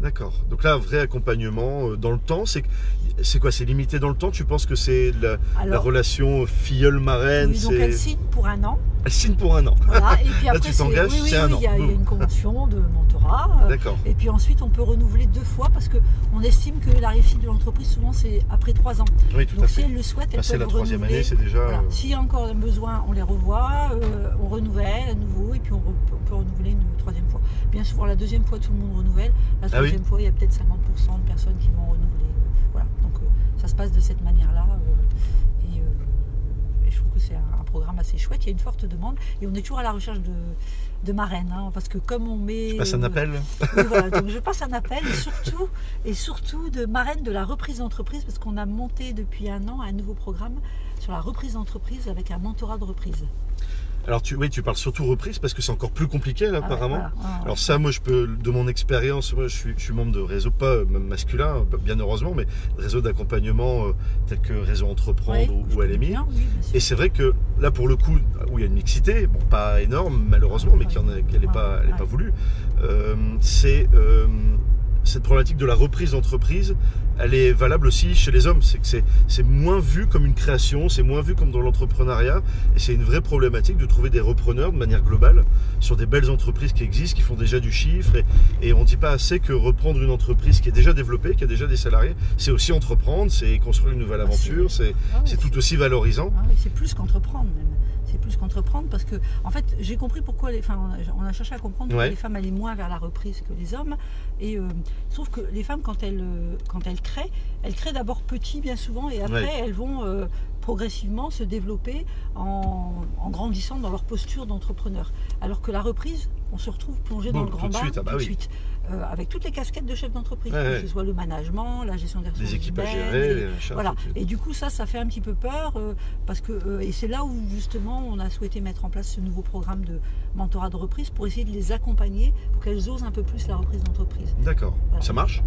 [SPEAKER 1] D'accord. Donc là, un vrai accompagnement euh, dans le temps, c'est c'est quoi C'est limité dans le temps Tu penses que c'est la, la
[SPEAKER 2] Alors,
[SPEAKER 1] relation filleule-marraine
[SPEAKER 2] oui, donc
[SPEAKER 1] c'est-
[SPEAKER 2] elle signe pour un an.
[SPEAKER 1] Elle signe pour un an.
[SPEAKER 2] Voilà. Et puis
[SPEAKER 1] Là,
[SPEAKER 2] après,
[SPEAKER 1] tu
[SPEAKER 2] c'est-
[SPEAKER 1] t'engages,
[SPEAKER 2] oui, oui,
[SPEAKER 1] c'est un
[SPEAKER 2] oui,
[SPEAKER 1] an.
[SPEAKER 2] Il y, a il y a
[SPEAKER 1] Boum.
[SPEAKER 2] une convention de mentorat. euh,
[SPEAKER 1] D'accord.
[SPEAKER 2] Et puis ensuite, on peut renouveler deux fois parce qu'on estime que la réussite de l'entreprise, souvent, c'est après trois ans.
[SPEAKER 1] Oui, tout à
[SPEAKER 2] Donc si
[SPEAKER 1] fait.
[SPEAKER 2] elles le souhaitent, elles
[SPEAKER 1] Là, c'est
[SPEAKER 2] peuvent
[SPEAKER 1] la troisième
[SPEAKER 2] renouveler.
[SPEAKER 1] année, c'est déjà.
[SPEAKER 2] Voilà.
[SPEAKER 1] euh,
[SPEAKER 2] S'il y a encore un besoin, on les revoit, euh, on renouvelle à nouveau et puis on, re- on peut renouveler une troisième fois. Bien souvent, la deuxième fois, tout le monde renouvelle. La
[SPEAKER 1] Ah oui.
[SPEAKER 2] troisième fois, il y a peut-être 50% de personnes qui vont renouveler. Voilà, donc euh, ça se passe de cette manière-là. euh, et, euh, et je trouve que c'est un, un programme assez chouette. Il y a une forte demande et on est toujours à la recherche de, de marraines. hein, parce que comme on met.
[SPEAKER 1] Tu passes un
[SPEAKER 2] euh,
[SPEAKER 1] appel
[SPEAKER 2] oui, voilà, donc je passe un appel et surtout, et surtout de marraine de la reprise d'entreprise parce qu'on a monté depuis un an un nouveau programme sur la reprise d'entreprise avec un mentorat de reprise.
[SPEAKER 1] Alors tu, oui, tu parles surtout reprise parce que c'est encore plus compliqué là,
[SPEAKER 2] Ah ouais,
[SPEAKER 1] apparemment.
[SPEAKER 2] voilà. Ah, ouais.
[SPEAKER 1] Alors ça, moi, je peux, de mon expérience, moi, je suis, je suis membre de réseaux, pas euh, masculin, bien heureusement, mais réseaux d'accompagnement euh, tels que Réseau Entreprendre
[SPEAKER 2] Oui,
[SPEAKER 1] ou, ou LMI.
[SPEAKER 2] Bien, oui, bien sûr.
[SPEAKER 1] Et c'est vrai que là, pour le coup, où il y a une mixité, bon, pas énorme malheureusement, mais qui en est- qu'elle n'est pas, elle est pas voulue, euh, c'est euh, cette problématique de la reprise d'entreprise. Elle est valable aussi chez les hommes. C'est que c'est- c'est moins vu comme une création, c'est moins vu comme dans l'entrepreneuriat. Et c'est une vraie problématique de trouver des repreneurs de manière globale sur des belles entreprises qui existent, qui font déjà du chiffre. Et, et on ne dit pas assez que reprendre une entreprise qui est déjà développée, qui a déjà des salariés, c'est aussi entreprendre, c'est construire une nouvelle
[SPEAKER 2] Ah, c'est-
[SPEAKER 1] aventure, c'est
[SPEAKER 2] Ah, ouais,
[SPEAKER 1] c'est tout aussi valorisant.
[SPEAKER 2] Ah oui, c'est plus qu'entreprendre même. C'est plus qu'entreprendre parce que, en fait, j'ai compris pourquoi les femmes, on a cherché à comprendre pourquoi
[SPEAKER 1] Ouais.
[SPEAKER 2] les femmes allaient moins vers la reprise que les hommes. Et euh, sauf que les femmes, quand elles, euh, quand elles créent, elles créent d'abord petit bien souvent et après
[SPEAKER 1] Ouais.
[SPEAKER 2] elles vont euh, progressivement se développer en, en grandissant dans leur posture d'entrepreneur. Alors que la reprise, on se retrouve plongé dans
[SPEAKER 1] Boum,
[SPEAKER 2] le grand
[SPEAKER 1] tout de
[SPEAKER 2] bain
[SPEAKER 1] suite, ah bah
[SPEAKER 2] tout de
[SPEAKER 1] oui.
[SPEAKER 2] suite, euh, avec toutes les casquettes de chef d'entreprise,
[SPEAKER 1] Ouais,
[SPEAKER 2] que
[SPEAKER 1] ouais.
[SPEAKER 2] ce soit le management, la gestion des ressources
[SPEAKER 1] des équipes à
[SPEAKER 2] humaines,
[SPEAKER 1] gérer,
[SPEAKER 2] les-
[SPEAKER 1] les machins,
[SPEAKER 2] voilà.
[SPEAKER 1] tout de suite.
[SPEAKER 2] Et du coup, ça, ça fait un petit peu peur euh, parce que euh, et c'est là où justement on a souhaité mettre en place ce nouveau programme de mentorat de reprise pour essayer de les accompagner pour qu'elles osent un peu plus la reprise d'entreprise.
[SPEAKER 1] D'accord,
[SPEAKER 2] Voilà.
[SPEAKER 1] ça marche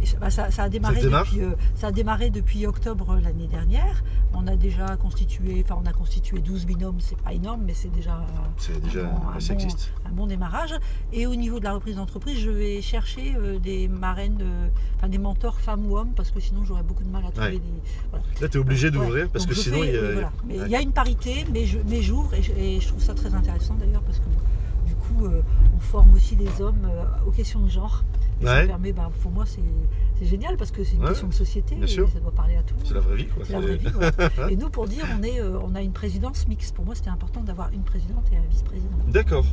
[SPEAKER 2] Et ça, bah, ça- ça a démarré
[SPEAKER 1] démarre
[SPEAKER 2] depuis euh, ça a démarré depuis octobre euh, l'année dernière. On a déjà constitué, enfin on a constitué 12 binômes, c'est pas énorme, mais c'est déjà euh,
[SPEAKER 1] C'est déjà
[SPEAKER 2] bon, un
[SPEAKER 1] assez
[SPEAKER 2] bon-
[SPEAKER 1] existe.
[SPEAKER 2] un bon démarrage. Et au niveau de la reprise d'entreprise, je vais chercher euh, des marraines, euh, enfin des mentors femmes ou hommes, parce que sinon j'aurais beaucoup de mal à trouver
[SPEAKER 1] Ouais.
[SPEAKER 2] des,
[SPEAKER 1] Là, tu es obligé d'ouvrir
[SPEAKER 2] Ouais,
[SPEAKER 1] parce
[SPEAKER 2] donc
[SPEAKER 1] que
[SPEAKER 2] je
[SPEAKER 1] sinon,
[SPEAKER 2] fais-
[SPEAKER 1] il y a.
[SPEAKER 2] oui, voilà. Mais
[SPEAKER 1] ouais.
[SPEAKER 2] il y a une parité, mais je- mais j'ouvre et, je- et je trouve ça très intéressant d'ailleurs parce que du coup, euh, on forme aussi les hommes euh, aux questions de genre. Et ça
[SPEAKER 1] Ouais.
[SPEAKER 2] permet, ben, pour moi, c'est c'est génial parce que c'est une
[SPEAKER 1] Ouais,
[SPEAKER 2] question de société
[SPEAKER 1] bien
[SPEAKER 2] et
[SPEAKER 1] sûr.
[SPEAKER 2] ça doit parler à tout le monde.
[SPEAKER 1] C'est la vraie vie, quoi.
[SPEAKER 2] C'est la vraie vie. voilà. et nous, pour dire, on, est, euh, on a une présidence mixte. Pour moi, c'était important d'avoir une présidente et un vice-président.
[SPEAKER 1] D'accord.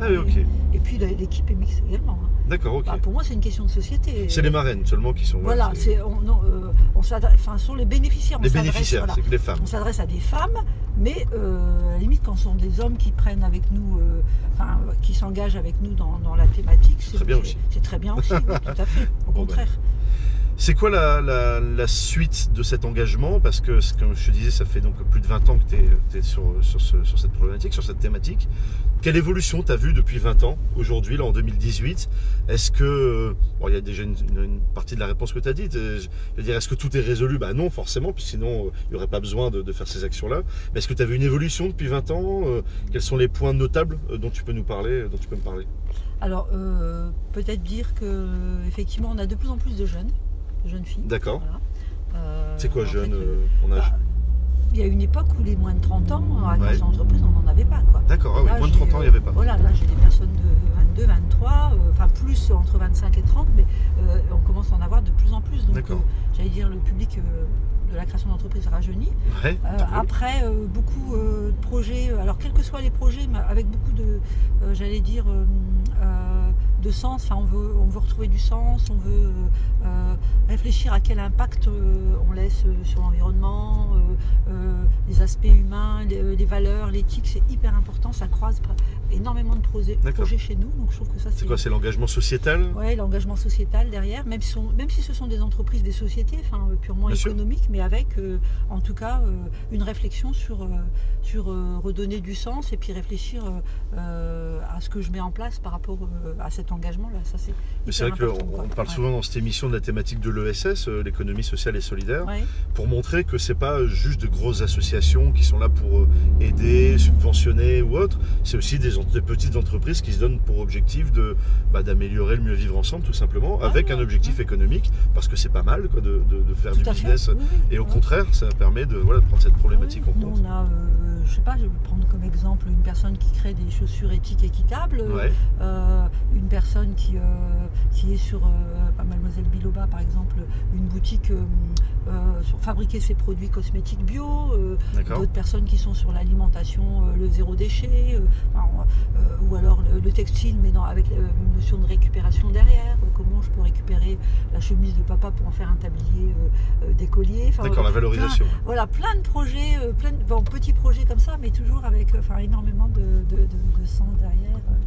[SPEAKER 1] Ah oui, ok.
[SPEAKER 2] Et puis la- l'équipe est mixte également. hein.
[SPEAKER 1] D'accord, ok.
[SPEAKER 2] Bah, pour moi, c'est une question de société.
[SPEAKER 1] C'est les marraines seulement qui sont.
[SPEAKER 2] Voilà, c'est on, non, euh, on s'adresse- enfin, ce sont les bénéficiaires. on
[SPEAKER 1] Les
[SPEAKER 2] s'adresse,
[SPEAKER 1] bénéficiaires,
[SPEAKER 2] voilà.
[SPEAKER 1] c'est que les femmes.
[SPEAKER 2] On s'adresse à des femmes, mais euh, à la limite, quand ce sont des hommes qui prennent avec nous, euh, enfin, euh, qui s'engagent avec nous dans, dans la thématique, c'est
[SPEAKER 1] très bien aussi.
[SPEAKER 2] C'est très bien aussi, oui, tout à fait, au
[SPEAKER 1] Bon, ben.
[SPEAKER 2] contraire.
[SPEAKER 1] C'est quoi la, la- la suite de cet engagement Parce que, c'est comme je te disais, ça fait donc plus de 20 ans que tu es, sur, sur ce- sur cette problématique, sur cette thématique. Quelle évolution tu as vue depuis 20 ans, aujourd'hui, là, en 2018 Est-ce que. euh, Bon, il y a déjà une, une- une partie de la réponse que tu as dite. euh, Je veux dire, est-ce que tout est résolu Bah non, forcément, puis sinon, euh, il n'y aurait pas besoin de, de faire ces actions-là. Mais est-ce que tu as vu une évolution depuis 20 ans Euh, Quels sont les points notables euh, dont tu peux nous parler, euh, dont tu peux me parler
[SPEAKER 2] Alors, euh, peut-être dire que effectivement, on a de plus en plus de jeunes, de jeunes filles.
[SPEAKER 1] D'accord.
[SPEAKER 2] Voilà. Euh,
[SPEAKER 1] C'est quoi,
[SPEAKER 2] en fait,
[SPEAKER 1] jeune,
[SPEAKER 2] euh,
[SPEAKER 1] euh, en âge
[SPEAKER 2] bah, Il y a une époque où les moins de 30 ans, à
[SPEAKER 1] Ouais.
[SPEAKER 2] l'entreprise, entreprise, on n'en avait pas. Quoi.
[SPEAKER 1] D'accord, ah oui,
[SPEAKER 2] Là,
[SPEAKER 1] moins de
[SPEAKER 2] j'ai,
[SPEAKER 1] 30 ans, il n'y
[SPEAKER 2] euh,
[SPEAKER 1] avait pas.
[SPEAKER 2] Voilà, là j'ai des personnes de 22, 23, euh, enfin plus entre 25 et 30, mais euh, on commence à en avoir de plus en plus. Donc
[SPEAKER 1] D'accord.
[SPEAKER 2] euh, j'allais dire le public euh, de la création d'entreprise rajeunit.
[SPEAKER 1] Ouais,
[SPEAKER 2] Euh,
[SPEAKER 1] t'as vu
[SPEAKER 2] après, euh, beaucoup euh, de projets, euh, alors quels que soient les projets, mais avec beaucoup de, euh, j'allais dire, euh, euh, de sens, enfin, on, veut, on veut retrouver du sens, on veut euh, euh, réfléchir à quel impact euh, on laisse euh, sur l'environnement, euh, euh, les aspects humains, les, euh, les valeurs, l'éthique, c'est hyper important, ça croise pr- énormément de proje- projets,
[SPEAKER 1] D'accord.
[SPEAKER 2] chez nous, donc je trouve que ça
[SPEAKER 1] C'est quoi, c'est l'engagement sociétal
[SPEAKER 2] Ouais, l'engagement sociétal derrière, même si, on- même si ce sont des entreprises, des sociétés, enfin euh, purement
[SPEAKER 1] Bien sûr.
[SPEAKER 2] économiques, mais avec euh, en tout cas euh, une réflexion sur, euh, sur euh, redonner du sens et puis réfléchir euh, euh, à ce que je mets en place par rapport euh, à cet engagement-là. Ça c'est.
[SPEAKER 1] Mais
[SPEAKER 2] hyper
[SPEAKER 1] c'est vrai
[SPEAKER 2] important,
[SPEAKER 1] qu'on
[SPEAKER 2] quoi.
[SPEAKER 1] on parle
[SPEAKER 2] Ouais.
[SPEAKER 1] souvent dans cette émission de la thématique de l'ESS, euh, l'économie sociale et solidaire,
[SPEAKER 2] Ouais.
[SPEAKER 1] pour montrer que c'est pas euh, juste de grosses associations qui sont là pour euh, aider, subventionner ou autre. C'est aussi des, en- des petites entreprises qui se donnent pour objectif de bah, d'améliorer le mieux vivre ensemble, tout simplement,
[SPEAKER 2] Ah,
[SPEAKER 1] avec
[SPEAKER 2] ouais,
[SPEAKER 1] un objectif
[SPEAKER 2] ouais.
[SPEAKER 1] économique, parce que c'est pas mal quoi, de, de- de faire
[SPEAKER 2] Tout
[SPEAKER 1] du
[SPEAKER 2] à fait.
[SPEAKER 1] business.
[SPEAKER 2] Oui, oui.
[SPEAKER 1] Et au
[SPEAKER 2] Ouais.
[SPEAKER 1] contraire, ça permet de, voilà, de prendre cette problématique
[SPEAKER 2] Ah oui,
[SPEAKER 1] en
[SPEAKER 2] nous,
[SPEAKER 1] compte.
[SPEAKER 2] On a, euh, je sais pas, je vais prendre comme exemple une personne qui crée des chaussures éthiques équitables.
[SPEAKER 1] Ouais,
[SPEAKER 2] Euh, une personne qui, euh, qui est sur, euh, bah, Mademoiselle Biloba par exemple, une boutique euh, euh, sur fabriquer ses produits cosmétiques bio, euh,
[SPEAKER 1] d'accord.
[SPEAKER 2] d'autres personnes qui sont sur l'alimentation, euh, le zéro déchet, euh, enfin, euh, ou alors le, le textile, mais dans- avec euh, une notion de récupération derrière, euh, comment je peux récupérer la chemise de papa pour en faire un tablier euh, euh, d'écolier. Enfin,
[SPEAKER 1] D'accord, la valorisation.
[SPEAKER 2] voilà, plein de projets, euh, plein de bon, petits projets comme ça, mais toujours avec euh, enfin, énormément de, de- de- de sens derrière.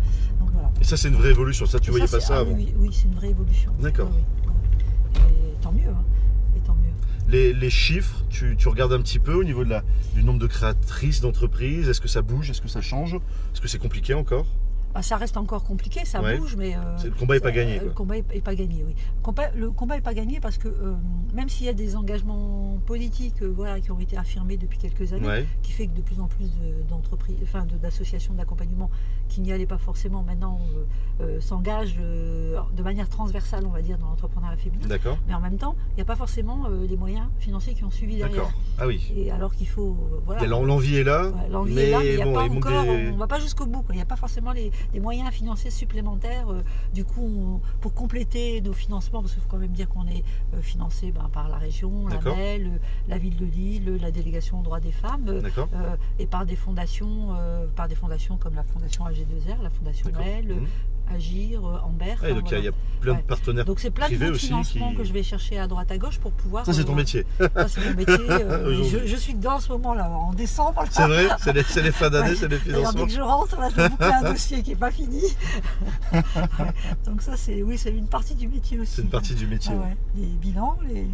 [SPEAKER 2] euh. Donc voilà.
[SPEAKER 1] Et ça, c'est une vraie évolution. Ça, tu
[SPEAKER 2] Et
[SPEAKER 1] voyais
[SPEAKER 2] ça,
[SPEAKER 1] pas
[SPEAKER 2] c'est-
[SPEAKER 1] ça
[SPEAKER 2] ah
[SPEAKER 1] avant.
[SPEAKER 2] Oui, oui, oui, c'est une vraie évolution.
[SPEAKER 1] D'accord.
[SPEAKER 2] Oui, oui, oui. Et tant mieux. hein. Et tant mieux.
[SPEAKER 1] les, les chiffres, tu, tu regardes un petit peu au niveau de la, du nombre de créatrices d'entreprises, est-ce que ça bouge, est-ce que ça change, est-ce que c'est compliqué encore
[SPEAKER 2] Bah, ça reste encore compliqué, ça
[SPEAKER 1] Ouais.
[SPEAKER 2] bouge, mais. euh,
[SPEAKER 1] C'est- Le combat n'est pas
[SPEAKER 2] ça-
[SPEAKER 1] gagné.
[SPEAKER 2] Le
[SPEAKER 1] quoi.
[SPEAKER 2] combat n'est pas gagné, oui. Compa- Le combat n'est pas gagné parce que euh, même s'il y a des engagements politiques euh, voilà, qui ont été affirmés depuis quelques années,
[SPEAKER 1] Ouais,
[SPEAKER 2] qui fait que de plus en plus de- d'entreprises, enfin de- d'associations d'accompagnement qui n'y allaient pas forcément maintenant euh, euh, s'engagent euh, de manière transversale, on va dire, dans l'entrepreneuriat féminin.
[SPEAKER 1] d'accord.
[SPEAKER 2] Mais en même temps, il n'y a pas forcément euh, les moyens financiers qui ont suivi derrière.
[SPEAKER 1] D'accord. Ah oui.
[SPEAKER 2] Et alors qu'il faut, euh, voilà.
[SPEAKER 1] Il y a l'en- L'envie est là.
[SPEAKER 2] Ouais, L'envie est là, mais il n'y a
[SPEAKER 1] bon,
[SPEAKER 2] pas
[SPEAKER 1] il manque
[SPEAKER 2] encore,
[SPEAKER 1] des-
[SPEAKER 2] on ne va pas jusqu'au bout. quoi. Il n'y a pas forcément les, les moyens financiers supplémentaires. euh, du coup, on- pour compléter nos financements, parce qu'il faut quand même dire qu'on est euh, financé ben, par la région, la
[SPEAKER 1] D'accord.
[SPEAKER 2] MEL, euh, la ville de Lille, euh, la délégation aux droits des femmes, euh,
[SPEAKER 1] D'accord.
[SPEAKER 2] euh, et par des fondations, euh, par des fondations comme la fondation AG2R, la fondation
[SPEAKER 1] D'accord.
[SPEAKER 2] MEL, euh,
[SPEAKER 1] Mhm.
[SPEAKER 2] Agir, euh, Amber.
[SPEAKER 1] Ah, et
[SPEAKER 2] enfin,
[SPEAKER 1] donc il y a-
[SPEAKER 2] voilà.
[SPEAKER 1] il y a plein
[SPEAKER 2] Ouais.
[SPEAKER 1] de partenaires.
[SPEAKER 2] Donc, c'est plein de
[SPEAKER 1] privés
[SPEAKER 2] bons
[SPEAKER 1] aussi
[SPEAKER 2] financements
[SPEAKER 1] qui-
[SPEAKER 2] que je vais chercher à droite à gauche pour pouvoir.
[SPEAKER 1] Ça, c'est ton
[SPEAKER 2] euh,
[SPEAKER 1] métier.
[SPEAKER 2] ça, c'est mon métier. euh, je,
[SPEAKER 1] Aujourd'hui.
[SPEAKER 2] je suis dedans en ce moment-là, en décembre.
[SPEAKER 1] C'est vrai C'est les, c'est les fins d'année,
[SPEAKER 2] Ouais.
[SPEAKER 1] c'est les
[SPEAKER 2] D'ailleurs,
[SPEAKER 1] financements.
[SPEAKER 2] dès que je rentre, là, je vais boucler un dossier qui n'est pas fini. Ouais. Donc ça, c'est oui, c'est une partie du métier aussi.
[SPEAKER 1] C'est une partie du métier.
[SPEAKER 2] Ah ouais. Les bilans, les,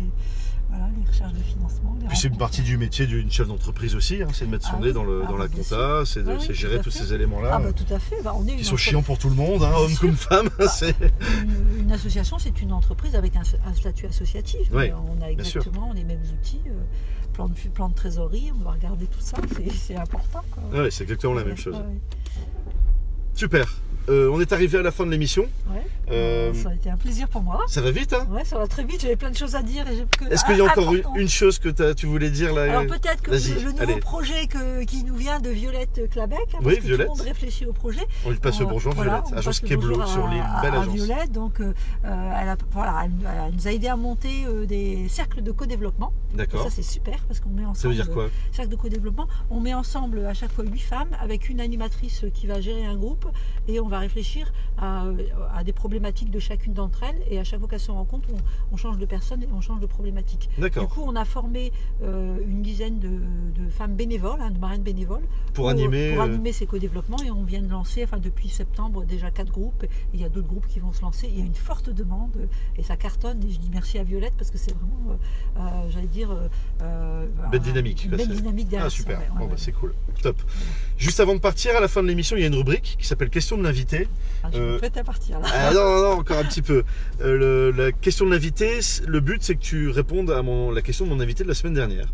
[SPEAKER 2] voilà, les recherches de financement. les
[SPEAKER 1] Puis c'est une
[SPEAKER 2] rencontres.
[SPEAKER 1] partie du métier d'une chef d'entreprise aussi, hein, c'est de mettre son
[SPEAKER 2] Ah
[SPEAKER 1] nez
[SPEAKER 2] oui,
[SPEAKER 1] dans, le,
[SPEAKER 2] ah
[SPEAKER 1] dans la
[SPEAKER 2] bah bien
[SPEAKER 1] compta, c'est de
[SPEAKER 2] Ah oui,
[SPEAKER 1] c'est
[SPEAKER 2] tout
[SPEAKER 1] gérer
[SPEAKER 2] à
[SPEAKER 1] tous
[SPEAKER 2] fait.
[SPEAKER 1] ces
[SPEAKER 2] Ah
[SPEAKER 1] éléments-là.
[SPEAKER 2] bah tout à fait. Bah, on est
[SPEAKER 1] qui
[SPEAKER 2] une
[SPEAKER 1] sont
[SPEAKER 2] entre-
[SPEAKER 1] chiants pour tout le monde, hein,
[SPEAKER 2] Bien
[SPEAKER 1] hommes
[SPEAKER 2] sûr. Ah.
[SPEAKER 1] comme femmes. c'est-
[SPEAKER 2] une, une association, c'est une entreprise avec un, un statut associatif.
[SPEAKER 1] Ouais,
[SPEAKER 2] Mais on a
[SPEAKER 1] bien sûr.
[SPEAKER 2] exactement les mêmes outils, euh, plan, de, fu- plan de trésorerie, on doit regarder tout ça, c'est- c'est important. Quoi.
[SPEAKER 1] Ah ouais, c'est exactement la même
[SPEAKER 2] Ouais,
[SPEAKER 1] chose.
[SPEAKER 2] ouais.
[SPEAKER 1] Super. Euh, on est arrivé à la fin de l'émission.
[SPEAKER 2] Ouais.
[SPEAKER 1] Euh,
[SPEAKER 2] Ça a été un plaisir pour moi.
[SPEAKER 1] ça va vite, hein
[SPEAKER 2] Ouais, ça va très vite, j'avais plein de choses à dire. et j'ai que-
[SPEAKER 1] Est-ce qu'il y a
[SPEAKER 2] Ah,
[SPEAKER 1] encore une,
[SPEAKER 2] important.
[SPEAKER 1] une chose que t'as- tu voulais dire là
[SPEAKER 2] Alors
[SPEAKER 1] euh,
[SPEAKER 2] peut-être que
[SPEAKER 1] vas-y,
[SPEAKER 2] le, le nouveau
[SPEAKER 1] allez.
[SPEAKER 2] projet que- qui nous vient de Violette Clabec, hein, parce
[SPEAKER 1] Oui,
[SPEAKER 2] que
[SPEAKER 1] Violette.
[SPEAKER 2] tout le monde réfléchit au projet.
[SPEAKER 1] On lui passe le
[SPEAKER 2] On-
[SPEAKER 1] bonjour,
[SPEAKER 2] voilà, on
[SPEAKER 1] Violette,
[SPEAKER 2] passe
[SPEAKER 1] agence
[SPEAKER 2] le
[SPEAKER 1] Keblo
[SPEAKER 2] bonjour
[SPEAKER 1] sur
[SPEAKER 2] à-
[SPEAKER 1] l'île,
[SPEAKER 2] à-
[SPEAKER 1] belle
[SPEAKER 2] à
[SPEAKER 1] agence.
[SPEAKER 2] Violette, donc euh, euh, elle, a- voilà, elle, elle nous a aidé à monter euh, des cercles de co-développement. Et
[SPEAKER 1] D'accord.
[SPEAKER 2] Ça c'est super parce qu'on met ensemble.
[SPEAKER 1] Ça veut dire quoi
[SPEAKER 2] euh, Cercle de co-développement. On met ensemble à chaque fois huit femmes avec une animatrice qui va gérer un groupe et on va réfléchir à, à des problématiques de chacune d'entre elles et à chaque fois qu'elles se rencontrent, on, on change de personne et on change de problématique. Du
[SPEAKER 1] D'accord.
[SPEAKER 2] coup, on a formé euh, une dizaine de, de femmes bénévoles, hein, de marraines bénévoles,
[SPEAKER 1] Pour animer.
[SPEAKER 2] pour
[SPEAKER 1] euh,
[SPEAKER 2] animer ces co-développements. Et on vient de lancer, enfin depuis septembre, déjà quatre groupes. Et il y a d'autres groupes qui vont se lancer. Il y a une forte demande euh, et ça cartonne. Et je dis merci à Violette parce que c'est vraiment, euh, euh, j'allais dire, euh, euh,
[SPEAKER 1] Belle dynamique,
[SPEAKER 2] Une
[SPEAKER 1] quoi,
[SPEAKER 2] belle
[SPEAKER 1] c'est-
[SPEAKER 2] dynamique derrière.
[SPEAKER 1] Ah
[SPEAKER 2] ça,
[SPEAKER 1] super,
[SPEAKER 2] ouais, ouais,
[SPEAKER 1] bon, bah,
[SPEAKER 2] ouais.
[SPEAKER 1] c'est cool, top. Juste avant de partir, à la fin de l'émission, il y a une rubrique qui s'appelle Question de l'invité.
[SPEAKER 2] Ah, je
[SPEAKER 1] euh,
[SPEAKER 2] suis prête à partir là.
[SPEAKER 1] Ah non, non, non, encore un petit peu. Euh, le- la question de l'invité, c'est- le but c'est que tu répondes à mon, la question de mon invité de la semaine dernière.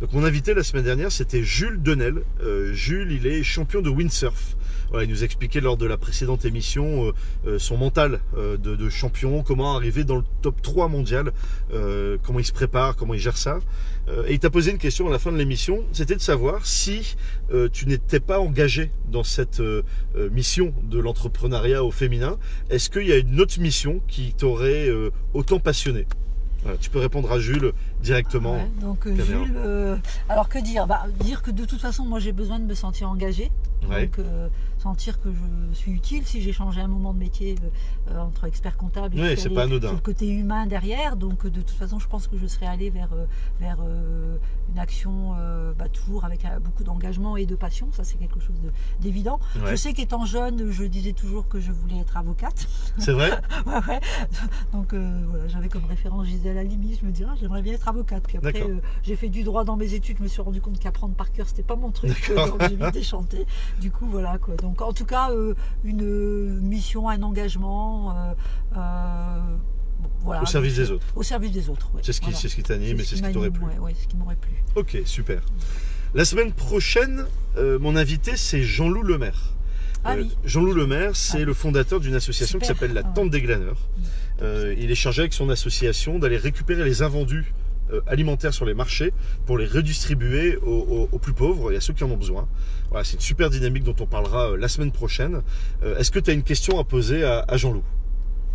[SPEAKER 1] Donc mon invité la semaine dernière, c'était Jules Denel. Euh, Jules, il est champion de windsurf. Voilà, il nous expliquait lors de la précédente émission euh, euh, son mental euh, de, de champion, comment arriver dans le top 3 mondial, euh, comment il se prépare, comment il gère ça. Euh, et il t'a posé une question à la fin de l'émission, c'était de savoir si euh, tu n'étais pas engagé dans cette euh, euh, mission de l'entrepreneuriat au féminin, est-ce qu'il y a une autre mission qui t'aurait euh, autant passionné Voilà, Tu peux répondre à Jules directement.
[SPEAKER 2] Ouais, donc euh,
[SPEAKER 1] Caméra.
[SPEAKER 2] Jules, euh, alors que dire bah, Dire que de toute façon, moi j'ai besoin de me sentir engagée.
[SPEAKER 1] Ouais.
[SPEAKER 2] Donc, euh, sentir que je suis utile si j'ai changé un moment de métier euh, euh, entre expert comptable et
[SPEAKER 1] Oui,
[SPEAKER 2] puis
[SPEAKER 1] c'est
[SPEAKER 2] aller
[SPEAKER 1] pas anodin.
[SPEAKER 2] sur le côté humain derrière. Donc, euh, de toute façon, je pense que je serais allée vers, euh, vers euh, une action euh, bah, toujours avec euh, beaucoup d'engagement et de passion. Ça, c'est quelque chose de- d'évident.
[SPEAKER 1] Ouais.
[SPEAKER 2] Je sais qu'étant jeune, je disais toujours que je voulais être avocate.
[SPEAKER 1] C'est vrai
[SPEAKER 2] Ouais, ouais. Donc euh, voilà, j'avais comme référence Gisèle Halimi, je me disais, Ah, j'aimerais bien être avocate. Puis après,
[SPEAKER 1] D'accord.
[SPEAKER 2] euh, j'ai fait du droit dans mes études, je me suis rendu compte qu'apprendre par cœur, c'était pas mon truc, euh,
[SPEAKER 1] D'accord.
[SPEAKER 2] donc j'ai vite déchanté. Du coup, voilà quoi. Donc en tout cas, euh, une euh, mission, un engagement. euh, euh, bon, voilà,
[SPEAKER 1] Au service des autres.
[SPEAKER 2] Au service des autres, ouais.
[SPEAKER 1] C'est ce qui,
[SPEAKER 2] Voilà.
[SPEAKER 1] c'est ce qui t'anime et c'est ce qui t'aurait plu.
[SPEAKER 2] m'anime, ouais, ouais, ce qui m'aurait plu.
[SPEAKER 1] Ok, super. La semaine prochaine, euh, mon invité, c'est Jean-Loup Lemaire.
[SPEAKER 2] Ah
[SPEAKER 1] Euh,
[SPEAKER 2] oui,
[SPEAKER 1] Jean-Loup Lemaire, c'est
[SPEAKER 2] Ah.
[SPEAKER 1] le fondateur d'une association qui
[SPEAKER 2] Super.
[SPEAKER 1] s'appelle la
[SPEAKER 2] Ah ouais.
[SPEAKER 1] Tente des Glaneurs. Euh, il est chargé avec son association d'aller récupérer les invendus euh, alimentaires sur les marchés pour les redistribuer aux, aux- aux plus pauvres et à ceux qui en ont besoin. Voilà, c'est une super dynamique dont on parlera euh, la semaine prochaine. Euh, Est-ce que tu as une question à poser à, à Jean-Loup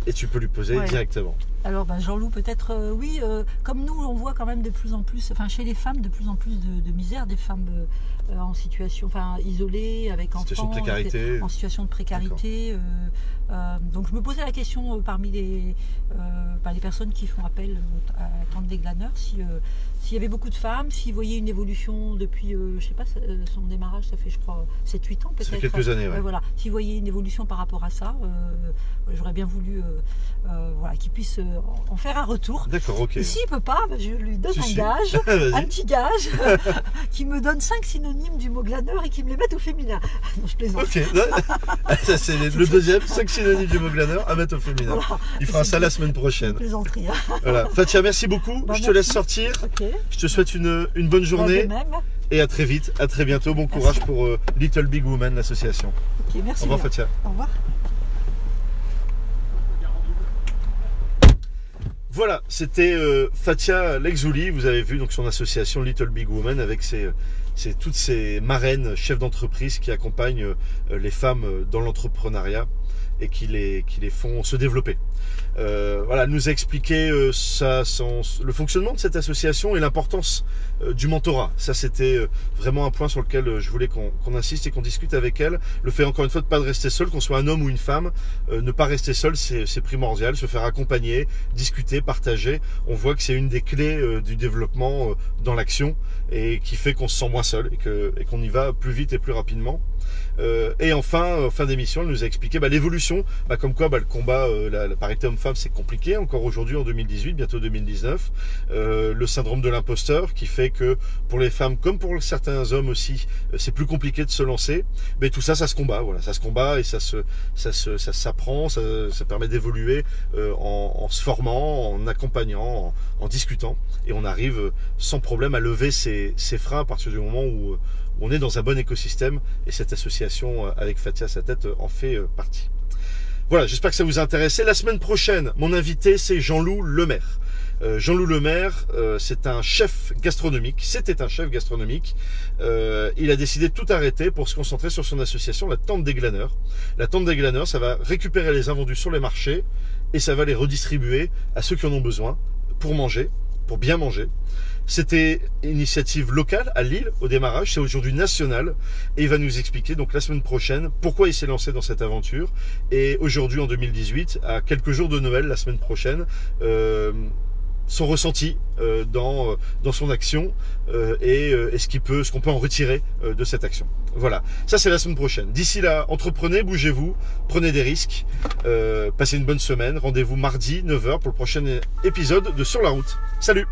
[SPEAKER 1] Et tu peux lui poser
[SPEAKER 2] Ouais.
[SPEAKER 1] directement.
[SPEAKER 2] Alors ben, Jean-Loup, peut-être euh, oui, euh, comme nous on voit quand même de plus en plus, enfin chez les femmes de plus en plus de, de misère, des femmes euh, euh, en situation, enfin isolées, avec enfants,
[SPEAKER 1] Situation de précarité.
[SPEAKER 2] avec- en situation de précarité. euh, euh, donc je me posais la question euh, parmi les, euh, par les personnes qui font appel au- à la tente des glaneurs, si, euh, s'il y avait beaucoup de femmes, s'ils voyaient une évolution depuis, euh, je sais pas, ça- euh, son démarrage, ça fait je crois 7-8 ans peut-être.
[SPEAKER 1] Ça fait quelques années, ouais.
[SPEAKER 2] Ouais, voilà. Si vous voyez une évolution par rapport à ça, euh, j'aurais bien voulu euh, euh, euh, voilà, qu'il puisse euh, en- en faire un retour.
[SPEAKER 1] D'accord, ok.
[SPEAKER 2] Et s'il ne peut pas, ben, je lui donne
[SPEAKER 1] Si,
[SPEAKER 2] un
[SPEAKER 1] si.
[SPEAKER 2] gage, un
[SPEAKER 1] Vas-y.
[SPEAKER 2] petit gage, qui me donne cinq synonymes du mot glaneur et qui me les mette au féminin. non, je plaisante.
[SPEAKER 1] Ok, ça c'est le deuxième, 5 synonymes du mot glaneur, à mettre au féminin.
[SPEAKER 2] Voilà,
[SPEAKER 1] Il fera ça la semaine prochaine.
[SPEAKER 2] plaisanterie. hein.
[SPEAKER 1] Voilà. Fatia, merci beaucoup.
[SPEAKER 2] Bah,
[SPEAKER 1] je te
[SPEAKER 2] merci.
[SPEAKER 1] laisse sortir.
[SPEAKER 2] Ok.
[SPEAKER 1] Je te souhaite une, une bonne
[SPEAKER 2] Bah, de
[SPEAKER 1] journée
[SPEAKER 2] même. Ok,
[SPEAKER 1] et à très vite. À très bientôt. Bon courage pour euh, Little Big Woman, l'association. Au
[SPEAKER 2] merci.
[SPEAKER 1] revoir,
[SPEAKER 2] bien.
[SPEAKER 1] Fatia.
[SPEAKER 2] Au revoir.
[SPEAKER 1] Voilà, c'était euh, Fatia Lexouli, vous avez vu donc son association Little Big Woman avec ses, ses- toutes ces marraines chefs d'entreprise qui accompagnent euh, les femmes euh, dans l'entrepreneuriat et qui les, qui les font se développer. Euh, voilà, elle nous a expliqué euh, sa- son- le fonctionnement de cette association et l'importance euh, du mentorat. Ça, c'était euh, vraiment un point sur lequel euh, je voulais qu'on qu'on insiste et qu'on discute avec elle. Le fait, encore une fois, de pas de rester seul, qu'on soit un homme ou une femme, euh, ne pas rester seul, c'est c'est primordial. Se faire accompagner, discuter, partager, on voit que c'est une des clés euh, du développement euh, dans l'action et qui fait qu'on se sent moins seul et que- et qu'on y va plus vite et plus rapidement. Euh, et enfin, euh, fin d'émission, elle nous a expliqué bah, l'évolution, bah, comme quoi bah, le combat, euh, la, la parité homme-femme, c'est compliqué encore aujourd'hui en 2018, bientôt 2019. Euh, le syndrome de l'imposteur qui fait que pour les femmes comme pour certains hommes aussi, euh, c'est plus compliqué de se lancer. Mais tout ça, ça se combat, voilà, ça se combat et ça se, ça se, ça s'apprend, ça, ça permet d'évoluer euh, en, en se formant, en accompagnant, en, en discutant. Et on arrive euh, sans problème à lever ces, ces freins à partir du moment où, euh, où on est dans un bon écosystème. Et cette association euh, avec Fatia à sa tête euh, en fait euh, partie. Voilà, j'espère que ça vous a intéressé. La semaine prochaine, mon invité, c'est Jean-Loup Lemaire. Euh, Jean-Loup Lemaire, euh, c'est un chef gastronomique. C'était un chef gastronomique. Euh, il a décidé de tout arrêter pour se concentrer sur son association, la Tente des Glaneurs. La Tente des Glaneurs, ça va récupérer les invendus sur les marchés et ça va les redistribuer à ceux qui en ont besoin pour manger, pour bien manger. C'était une initiative locale à Lille au démarrage, c'est aujourd'hui national et il va nous expliquer donc la semaine prochaine pourquoi il s'est lancé dans cette aventure et aujourd'hui en 2018, à quelques jours de Noël la semaine prochaine, euh, son ressenti euh, dans, euh, dans son action euh, et, euh, et ce qu'il peut, ce qu'on peut en retirer euh, de cette action. Voilà, ça c'est la semaine prochaine. D'ici là, entreprenez, bougez-vous, prenez des risques. Euh, passez une bonne semaine. Rendez-vous mardi 9h pour le prochain épisode de Sur la route. Salut